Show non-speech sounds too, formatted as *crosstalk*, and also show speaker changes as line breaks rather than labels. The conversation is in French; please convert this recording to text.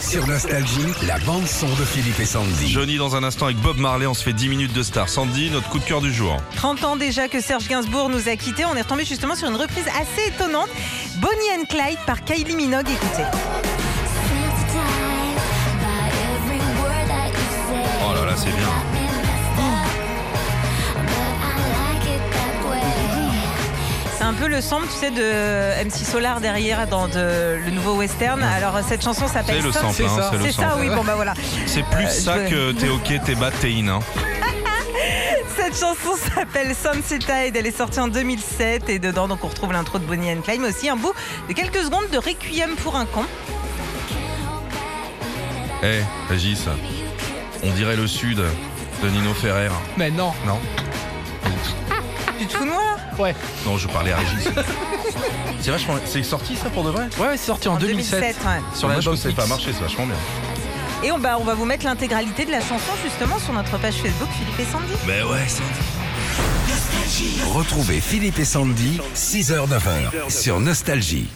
Sur Nostalgie, la bande-son de Philippe et Sandy.
Johnny dans un instant avec Bob Marley, on se fait 10 minutes de star. Sandy, notre coup de cœur du jour.
30 ans déjà que Serge Gainsbourg nous a quittés, on est retombé justement sur une reprise assez étonnante. Bonnie and Clyde par Kylie Minogue, écoutez.
Oh là là, c'est bien.
C'est un peu le sample, tu sais, de MC Solar derrière dans de- le nouveau western. Alors euh, cette chanson s'appelle
C'est le
Stop.
sample,
C'est
hein,
ça.
c'est le
C'est ça,
sample.
oui, bon bah voilà.
*laughs* C'est plus ça
je-
que t'es ok, t'es bad, t'es in. hein.
Cette chanson s'appelle Sunsetide, elle est sortie en 2007 et dedans donc on retrouve l'intro de Bonnie and Clyde, mais aussi un bout de quelques secondes de Requiem pour un con.
Eh, Régis, on dirait le sud de Nino Ferrer.
Mais non,
Non
Tu te fous de moi là
ouais.
Non, je parlais à Régis. c'est vachement. C'est sorti ça pour de vrai
Ouais, c'est sorti en,
En
2007.
2007, ouais.
Sur
Moi, je
l'album
trouve que c'est
X.
pas marché, c'est vachement bien.
Et on, bah, on va vous mettre l'intégralité de la chanson justement sur notre page Facebook Philippe et Sandy.
Mais ouais, Sandy.
Retrouvez Philippe et Sandy, 6h-9h, sur Nostalgie.